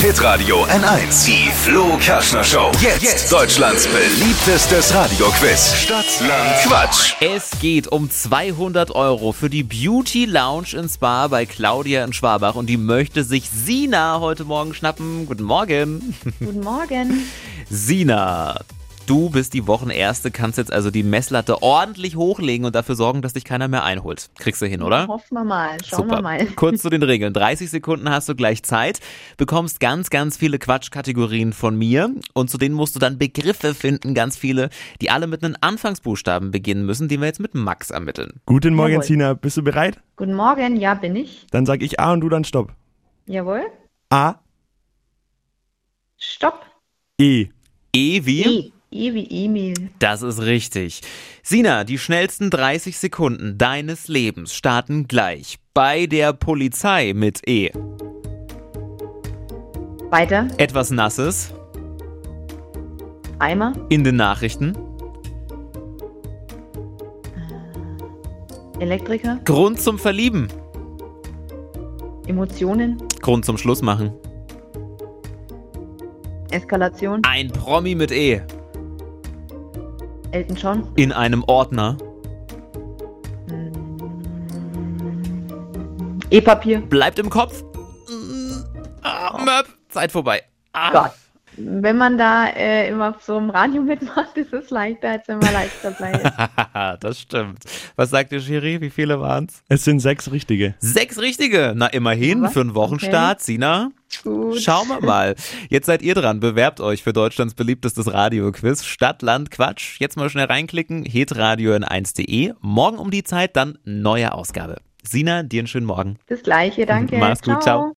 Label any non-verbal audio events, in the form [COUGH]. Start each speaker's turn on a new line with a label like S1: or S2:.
S1: Pit Radio N1. Die Flo Kaschner Show. Jetzt. Deutschlands beliebtestes Radioquiz. Stadt, Land, Quatsch.
S2: Es geht um 200 Euro für die Beauty Lounge in Spa bei Claudia in Schwabach und die möchte sich Sina heute Morgen schnappen. Guten Morgen.
S3: Guten Morgen.
S2: Sina, du bist die Wochenerste, kannst jetzt also die Messlatte ordentlich hochlegen und dafür sorgen, dass dich keiner mehr einholt. Kriegst du hin, oder?
S3: Hoffen wir mal. Schauen
S2: Super.
S3: wir mal. [LAUGHS]
S2: Kurz zu den Regeln. 30 Sekunden hast du gleich Zeit, bekommst ganz, ganz viele Quatschkategorien von mir und zu denen musst du dann Begriffe finden, ganz viele, die alle mit einem Anfangsbuchstaben beginnen müssen, den wir jetzt mit Max ermitteln.
S4: Guten Morgen,
S3: Jawohl.
S4: Sina. Bist du bereit?
S3: Guten Morgen. Ja, bin ich.
S4: Dann sag ich A und du dann Stopp.
S3: Jawohl.
S4: A,
S3: Stopp.
S4: E.
S2: E wie?
S3: E. E wie Emil.
S2: Das ist richtig. Sina, die schnellsten 30 Sekunden deines Lebens starten gleich bei der Polizei mit E.
S3: Weiter.
S2: Etwas Nasses
S3: Eimer.
S2: in den Nachrichten.
S3: Elektriker.
S2: Grund zum Verlieben.
S3: Emotionen.
S2: Grund zum Schluss machen.
S3: Eskalation.
S2: Ein Promi mit E.
S3: Elton John.
S2: In einem Ordner.
S3: E-Papier.
S2: Bleibt im Kopf. Ah, Möp. Zeit vorbei. Ah.
S3: Gott. Wenn man da äh, immer so im Radio mitmacht, [LAUGHS] ist es leichter, als wenn man live dabei ist.
S2: [LAUGHS] das stimmt. Was sagt ihr, Schiri? Wie viele waren's?
S4: Es sind sechs richtige.
S2: Sechs richtige. Na, immerhin
S3: Was?
S2: für einen Wochenstart. Sina,
S3: Gut.
S2: Schauen wir mal. Jetzt seid ihr dran. Bewerbt euch für Deutschlands beliebtestes Radioquiz. Stadt, Land, Quatsch. Jetzt mal schnell reinklicken. Hitradio in 1.de. Morgen um die Zeit dann neue Ausgabe. Sina, dir einen schönen Morgen.
S3: Das gleiche, danke.
S2: Mach's gut, ciao.